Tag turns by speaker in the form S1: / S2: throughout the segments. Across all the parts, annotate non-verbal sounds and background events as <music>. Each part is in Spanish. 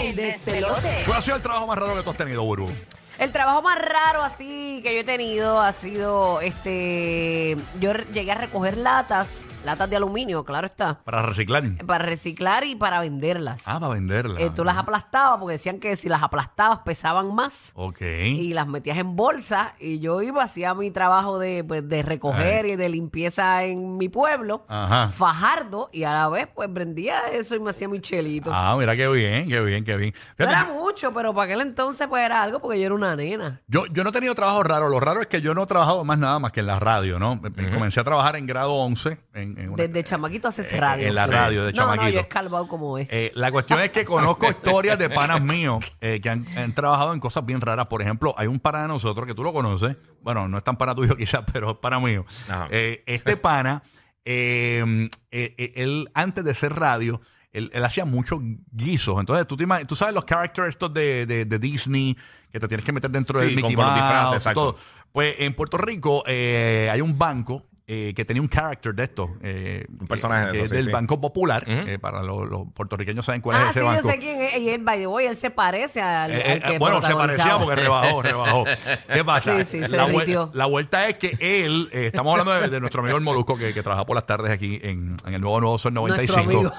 S1: el despelote.
S2: ¿Cuál ha sido el trabajo más raro que tú has tenido, Burbu?
S1: El trabajo más raro así que yo he tenido ha sido este yo re- llegué a recoger latas, latas de aluminio, claro está,
S2: Para reciclar.
S1: para reciclar y para venderlas.
S2: Ah, para venderla.
S1: Eh, tú las aplastabas porque decían que si las aplastabas pesaban más.
S2: Ok.
S1: Y las metías en bolsa y yo iba, hacía mi trabajo de, pues, de recoger y de limpieza en mi pueblo,
S2: Ajá.
S1: fajardo, y a la vez pues vendía eso y me hacía mi chelito.
S2: Ah, mira qué bien, qué bien, qué bien.
S1: No
S2: Fíjate,
S1: era mucho, pero para aquel entonces pues era algo porque yo era una nena.
S2: Yo, yo no he tenido trabajo raro. Lo raro es que yo no he trabajado más nada más que en la radio, ¿no? Me- me Comencé a trabajar en grado 11. En, en una-
S1: Desde chamaquito haces
S2: eh,
S1: radio.
S2: en la
S1: Sí.
S2: radio de
S1: no, No,
S2: chamaquito.
S1: yo he escalvado como es.
S2: Eh, la cuestión es que conozco historias de panas míos eh, que han, han trabajado en cosas bien raras. Por ejemplo, hay un pana de nosotros que tú lo conoces. Bueno, no es tan pana tuyo <laughs> quizás, pero es pana mío.
S3: Ajá.
S2: Eh, este pana, eh, eh, eh, él antes de ser radio, él, él hacía muchos guisos. Entonces, tú, te ima- tú sabes los characters estos de, de- de Disney que te tienes que meter dentro
S3: Sí,
S2: del
S3: con-
S2: Mickey
S3: con los
S2: Mouse
S3: disfraces,
S2: y
S3: exacto.
S2: todo. Pues en Puerto Rico eh, hay un banco eh, que tenía un character de estos. eh,
S3: Un personaje de
S2: que
S3: esos,
S2: es
S3: sí,
S2: del
S3: sí.
S2: Banco Popular.
S3: Ujú.
S2: eh, para los, los puertorriqueños saben cuál es
S1: Ah,
S2: ese
S1: sí,
S2: banco.
S1: yo sé quién es. Y él, by the way, él se parece al,
S2: Eh,
S1: al
S2: eh,
S1: que
S2: bueno, se
S1: protagonizaba.
S2: parecía porque rebajó, rebajó. ¿Qué pasa?
S1: Sí, sí, se
S2: la, vuel-
S1: derritió.
S2: la vuelta es que él, eh, estamos hablando de, de nuestro amigo el Molusco que, que trabaja por las tardes aquí en, en el Nuevo Nuevo Sol 95.
S1: amigo.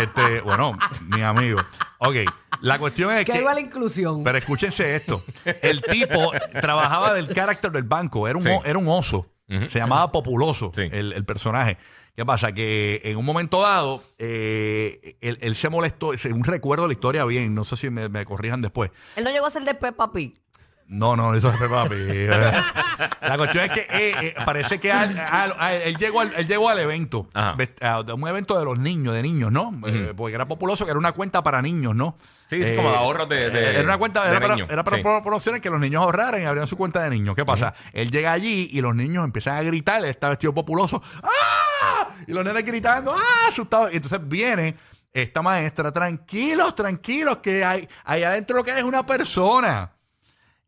S2: Este, bueno, mi amigo. Ok, la cuestión es
S1: Que
S2: que...
S1: ahí va la inclusión.
S2: Pero escúchense esto. El tipo trabajaba del carácter del banco. Era un,
S3: Sí.
S2: o- era un oso.
S3: Ujú.
S2: Se llamaba Populoso,
S3: Sí.
S2: el, el personaje. ¿Qué pasa? Que en un momento dado, eh, él, él se molestó. Según recuerdo la historia bien, no sé si me, me corrijan después.
S1: él no llegó a ser de Peppa Pig.
S2: No, no, eso es Peppa Pig. La cuestión es que eh, eh, parece que al- al- a- él, llegó al, él llegó al evento,
S3: Ajá.
S2: vest- a de un evento de los niños, de niños, ¿no? Eh, porque era populoso, que era una cuenta para niños, ¿no? Eh,
S3: Sí, sí, como de ahorros de- de-
S2: Era una cuenta,
S3: de
S2: era para,
S3: niños,
S2: era para
S3: sí.
S2: pro- promociones que los niños ahorraran y abrieran su cuenta de niños. ¿Qué pasa? Él llega allí y los niños empiezan a gritar, él está vestido populoso, ¡ah! Y los nenes gritando, ¡ah! Asustados. Y entonces viene... Esta maestra, tranquilos, tranquilos, que hay, allá adentro lo que hay es una persona.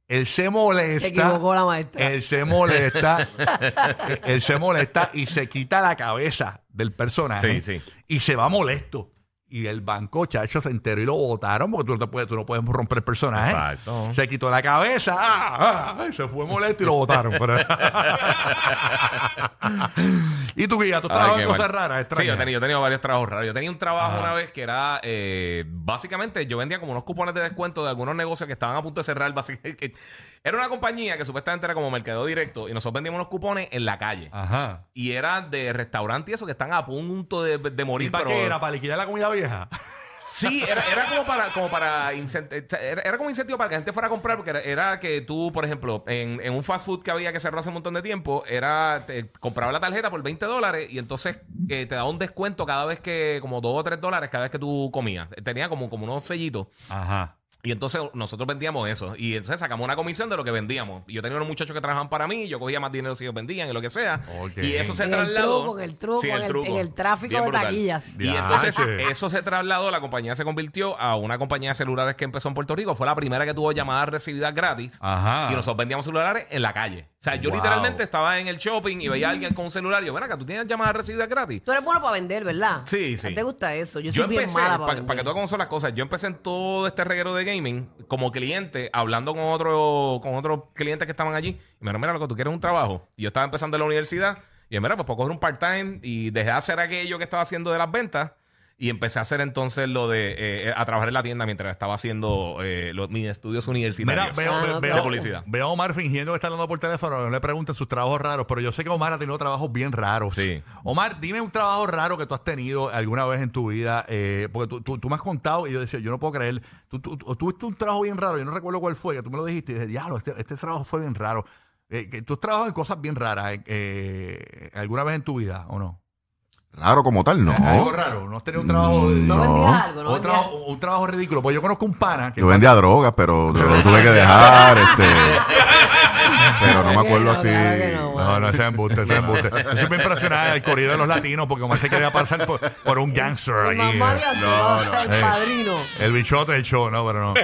S2: Él se molesta.
S1: Se equivocó la maestra.
S2: Él se molesta. <laughs> él- él se molesta y se quita la cabeza del personaje.
S3: Sí, sí.
S2: Y se va molesto. Y el banco, chacho, se enteró y lo votaron porque tú no, te puedes, tú no puedes romper el personaje.
S3: Exacto.
S2: Se quitó la cabeza. ¡ah! ¡ah! y se fue molesto y lo votaron. Pero- <laughs> y tú, guía, tú
S3: Ay,
S2: trabajas
S3: qué
S2: en cosas
S3: mal.
S2: raras,
S3: Sí, yo he,
S2: extrañas.
S3: tenido, yo he tenido varios trabajos raros. Yo tenía un trabajo
S2: Ajá.
S3: una vez que era, eh, básicamente, yo vendía como unos cupones de descuento de algunos negocios que estaban a punto de cerrar. <laughs> Básicamente, era una compañía que supuestamente era como mercadeo directo y nosotros vendíamos unos cupones en la calle.
S2: Ajá.
S3: Y era de restaurante y eso que están a punto de, de
S2: ¿Y
S3: morir.
S2: para
S3: pero-
S2: qué era? ¿Para liquidar la comida vieja?
S3: Sí, era, era como para, como para incent- eh, era, era como incentivo para que la gente fuera a comprar, porque era, era que tú, por ejemplo, en, en un fast food que había que cerró hace un montón de tiempo, era te compraba la tarjeta por 20 dólares y entonces eh, te daba un descuento cada vez que, como 2 o 3 dólares cada vez que tú comías. Tenía como, como unos sellitos.
S2: Ajá.
S3: Y entonces nosotros vendíamos eso. Y entonces sacamos una comisión de lo que vendíamos. Y yo tenía unos muchachos que trabajaban para mí, yo cogía más dinero si ellos vendían y lo que sea.
S2: Ok.
S3: Y eso se
S1: En el
S3: trasladó.
S1: truco, en el truco,
S3: Sí,
S1: en el- en el tráfico
S3: Bien
S1: de
S3: brutal.
S1: taquillas.
S3: Y entonces
S2: Diache.
S3: eso se trasladó, la compañía se convirtió a una compañía de celulares que empezó en Puerto Rico. Fue la primera que tuvo llamadas recibidas gratis.
S2: Ajá.
S3: Y nosotros vendíamos celulares en la calle. O sea,
S2: Ah.
S3: yo
S2: Wow.
S3: literalmente estaba en el shopping y veía a alguien con un celular y yo, ven acá, tú tienes llamadas recibidas gratis.
S1: Tú eres bueno para vender, ¿verdad?
S3: Sí, sí.
S1: ¿A ti ¿Te gusta eso? Yo,
S3: Yo
S1: soy bien
S3: empecé,
S1: mala
S3: para
S1: para vender.
S3: que tú hagas son las cosas, yo empecé en todo este reguero de gaming como cliente, hablando con otro con otros clientes que estaban allí. Y me dijeron, mira, lo que tú quieres es un trabajo. Y yo estaba empezando en la universidad. Y yo, mira, pues puedo coger un part-time y dejé de hacer aquello que estaba haciendo de las ventas. Y empecé a hacer entonces lo de eh, a trabajar en la tienda mientras estaba haciendo eh, los- mis estudios
S2: Mira,
S3: universitarios.
S2: veo,
S1: Ah,
S2: ve-
S1: no,
S2: veo-
S3: de publicidad.
S2: veo a Omar fingiendo que está hablando por teléfono. No le pregunten sus trabajos raros, pero yo sé que Omar ha tenido trabajos bien raros.
S3: Sí.
S2: Omar, dime un trabajo raro que tú has tenido alguna vez en tu vida. eh, porque tú, tú- tú me has contado y yo decía, yo no puedo creer. Tú, tú- tú- tuviste un trabajo bien raro, yo no recuerdo cuál fue, que tú me lo dijiste y dije, diablo, este, este trabajo fue bien raro. Eh, que tú has trabajado en cosas bien raras eh, eh, alguna vez en tu vida o no?
S4: Claro, como tal, no.
S2: Algo raro, no has tenido un trabajo.
S1: No,
S4: No.
S1: vendías algo, ¿no?
S2: un,
S1: vendías-
S2: trabajo, un trabajo ridículo. Pues yo conozco un pana que
S4: Yo vendía drogas, pero lo tuve que dejar, este. Pero no me acuerdo
S1: Claro que
S4: así.
S1: no, claro que no.
S2: No, no, ese es embuste, ese es embuste. Yo siempre impresionaba el corrido de los latinos porque Omar se quería pasar por, por un gangster
S1: Mi
S2: allí.
S1: mamá le hacía
S4: No, no.
S1: el
S2: Eh. <laughs>
S1: padrino.
S2: El bichote del show, no, pero no.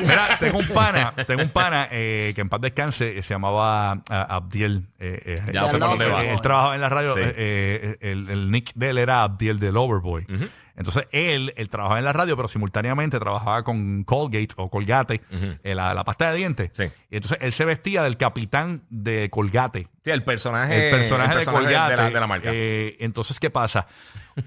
S2: Mira, tengo un pana, tengo un pana eh, que en paz descanse eh, se llamaba ah, Abdiel. eh, eh,
S3: Ya
S2: eh,
S1: sé por dónde
S2: eh,
S1: va.
S2: Él trabajaba en la radio,
S3: Sí.
S2: eh, eh, el, el nick de él era Abdiel del Overboy. Entonces él, él trabajaba en la radio, pero simultáneamente trabajaba con Colgate o Colgate,
S3: Ujú.
S2: eh, la, la pasta de dientes.
S3: Sí.
S2: Y entonces él se vestía del capitán de Colgate.
S3: Sí, el personaje,
S2: El personaje,
S3: el personaje
S2: de Colgate.
S3: la, de la marca.
S2: Eh, entonces, ¿qué pasa?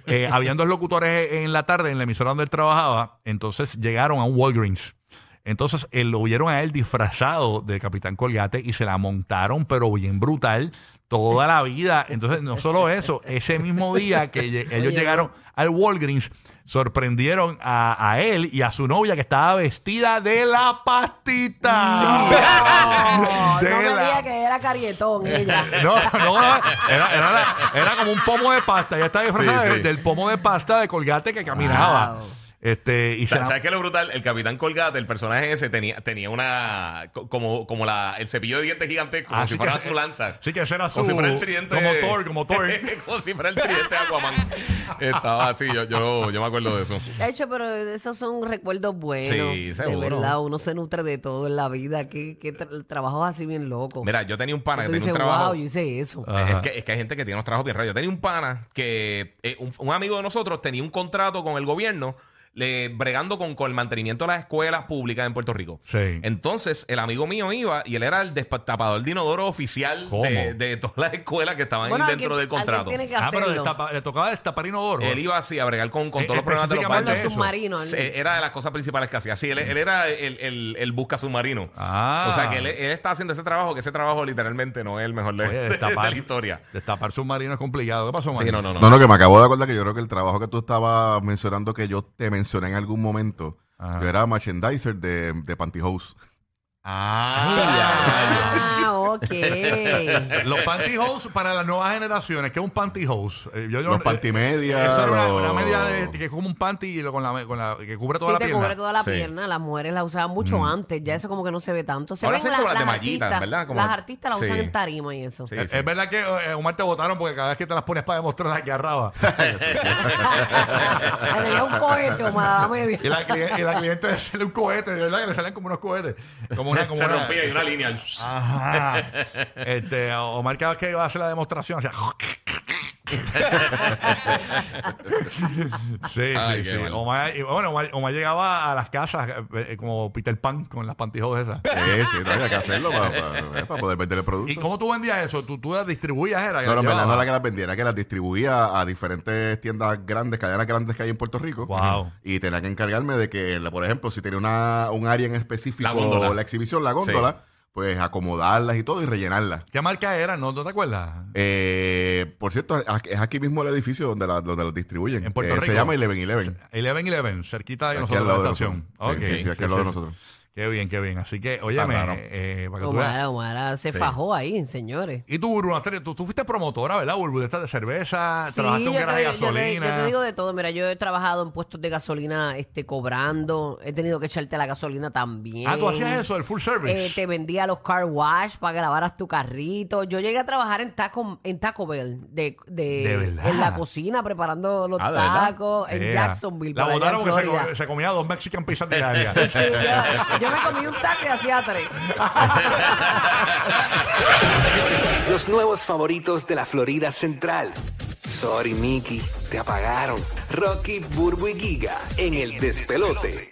S2: Eh, <laughs> habían dos locutores en la tarde en la emisora donde él trabajaba, entonces llegaron a un Walgreens. Entonces eh, lo vieron a él disfrazado de Capitán Colgate y se la montaron, pero bien brutal, toda la vida. Entonces, no solo eso, ese mismo día que lle- ellos llegaron al Walgreens, sorprendieron a, a él y a su novia que estaba vestida de la pastita.
S1: No, no
S2: <laughs> De
S1: me
S2: la-
S1: diga que era carietón ella.
S2: no, no, no, era, era, la- era como un pomo de pasta. Ya está disfrazada
S4: Sí,
S2: de-
S4: sí.
S2: del pomo de pasta de colgate que caminaba.
S1: Wow.
S2: Este, y se la-
S3: ¿Sabes qué es lo brutal? El Capitán Colgate, el personaje ese, tenía, tenía una. co- como, como la, el cepillo de dientes gigantesco, como
S2: Así
S3: si fuera
S2: que-
S3: su lanza.
S2: Ah, sí que ese era su.
S3: Como si fuera el tridente.
S2: Como Thor, como
S3: <laughs>
S2: Thor.
S3: como si fuera el tridente de Aquaman. Estaba así, yo, yo, yo me acuerdo de eso.
S1: De hecho, pero esos son recuerdos buenos.
S3: Sí, seguro.
S1: De verdad, uno se nutre de todo en la vida. Qué, qué tra- trabajos así bien locos.
S3: Mira, yo tenía un pana
S1: Que
S3: que
S1: tú
S3: tenía
S1: dices,
S3: un trabajo. Ah,
S1: wow, yo hice eso.
S2: Ajá.
S3: Es que, es que hay gente que tiene unos trabajos bien raros. Yo tenía un pana que eh, un, un amigo de nosotros tenía un contrato con el gobierno le, bregando con, con el mantenimiento de las escuelas públicas en Puerto Rico.
S2: Sí.
S3: Entonces, el amigo mío iba y él era el destapador de inodoro oficial
S2: ¿Cómo?
S3: de, de todas las escuelas que estaban
S1: Bueno,
S3: dentro
S1: alguien-
S3: del contrato.
S1: alguien tiene que
S2: Ah, pero
S1: hacerlo.
S2: destapa- le tocaba destapar inodoro.
S3: Él iba así a bregar con, con
S2: Eh,
S3: todos los problemas de los
S2: específicamente
S1: Con
S3: barrios.
S1: los
S2: eso.
S1: submarinos.
S3: Sí, Era de las cosas principales que hacía. Sí, él, él era el, el, el busca submarino.
S2: Ah.
S3: O sea, que él, él está haciendo ese trabajo, que ese trabajo literalmente no es el mejor de,
S2: Oye,
S3: de- de
S2: destapar,
S3: la historia.
S2: Destapar submarino es complicado. ¿Qué pasó,
S3: Sí,
S2: Mario?
S3: no, no, no.
S4: No, no, que me acabo de acordar que yo creo que el trabajo que tú estabas mencionando, que yo te mencioné en algún momento,
S2: Ajá.
S4: yo era merchandiser de, de pantyhose.
S2: Ah,
S1: Ah, ok.
S2: Los pantyhose para las nuevas generaciones. ¿Qué es un pantyhose? Eh, yo- yo-
S4: Los
S2: eh,
S4: pantimedias,
S2: Eso era una,
S4: los-
S2: una media de- que es como un panty y lo- con la, con la- que cubre toda
S1: Sí,
S2: la
S1: te
S2: pierna.
S1: cubre toda la
S3: Sí. Mm.
S1: pierna. Las mujeres la usaban mucho antes. Ya eso como que no se ve tanto. Se
S3: Ahora
S1: ven
S3: hacen
S1: las,
S3: como las
S1: las
S3: de mallitas,
S1: artistas,
S3: ¿verdad? Como
S1: las
S3: las-
S1: artistas las usan
S3: Sí.
S1: en tarima y eso. <laughs>
S3: Sí.
S2: Es- Es verdad que eh, Omar te votaron porque cada vez que te las pones para demostrar las que arraba.
S1: Le dio un cohete o la media.
S2: Y la, cli- y la cliente le sale un cohete, de verdad que le salen como unos cohetes. Como una, como
S3: <laughs> se
S2: una-
S3: rompía y una línea.
S2: Ajá. Este, Omar cada vez que iba a hacer la demostración, hacía. <laughs> sí,
S3: Ay,
S2: sí,
S3: qué
S2: sí.
S3: mal.
S2: Omar, y bueno, Omar, Omar llegaba a las casas eh, eh, como Peter Pan con las pantijojas esas.
S4: Sí, sí, no, había que hacerlo para, poder vender el producto.
S2: ¿Y cómo tú vendías eso? ¿Tú, tú las distribuías? Era,
S4: No, no, en verdad no
S2: Llevaba.
S4: era que las vendiera, era que las distribuía a diferentes tiendas grandes, cadenas grandes que hay en Puerto Rico.
S2: Wow.
S4: Y tenía que encargarme de que, la- por ejemplo, si tenía una, un área en específico,
S3: La góndola.
S4: la exhibición, la góndola, pues acomodarlas y todo y rellenarlas.
S2: ¿Qué marca era? ¿No, ¿No te acuerdas?
S4: Eh, por cierto, a- es aquí mismo el edificio donde, la, donde las distribuyen.
S2: En Puerto
S4: Eh,
S2: Rico.
S4: Se llama Eleven Eleven.
S2: 11-11, cerquita de
S4: Aquí
S2: nosotros,
S4: al
S2: la
S4: lado de
S2: estación.
S4: nosotros. Sí,
S2: Ok,
S4: sí, sí, aquí al lado de nosotros.
S2: Qué bien, qué bien. Así que, óyeme,
S3: raro.
S2: eh, para que tú veas.
S1: Omar, Omar se
S3: Sí.
S1: fajó ahí, señores.
S2: Y tú, Burbu, Natalia, tú, tú fuiste promotora, ¿verdad, Burbu? De estas de cerveza,
S1: Sí,
S2: Ah, trabajaste
S1: yo
S2: un
S1: te,
S2: garaje de
S1: yo te-
S2: gasolina.
S1: yo te digo de todo. Mira, yo he trabajado en puestos de gasolina este, cobrando. He tenido que echarte la gasolina también.
S2: ah, tú hacías eso, el full service.
S1: Eh, te vendía los car wash para que lavaras tu carrito. Yo llegué a trabajar en Taco, en Taco Bell, de, de,
S2: De verdad.
S1: en la cocina preparando los
S3: Ah, ¿de verdad?
S1: tacos en
S2: Ea.
S1: Jacksonville.
S2: La
S1: por allá
S2: botaron
S1: en
S2: porque se,
S1: Florida.
S2: co- se comía dos Mexican pizzas diarias.
S1: <laughs> Sí, yo, yo me comí un taco y hacía tres.
S2: <laughs>
S5: Los nuevos favoritos de la Florida Central. Sorry, Mickey, te apagaron. Rocky, Burbu y Giga en el despelote.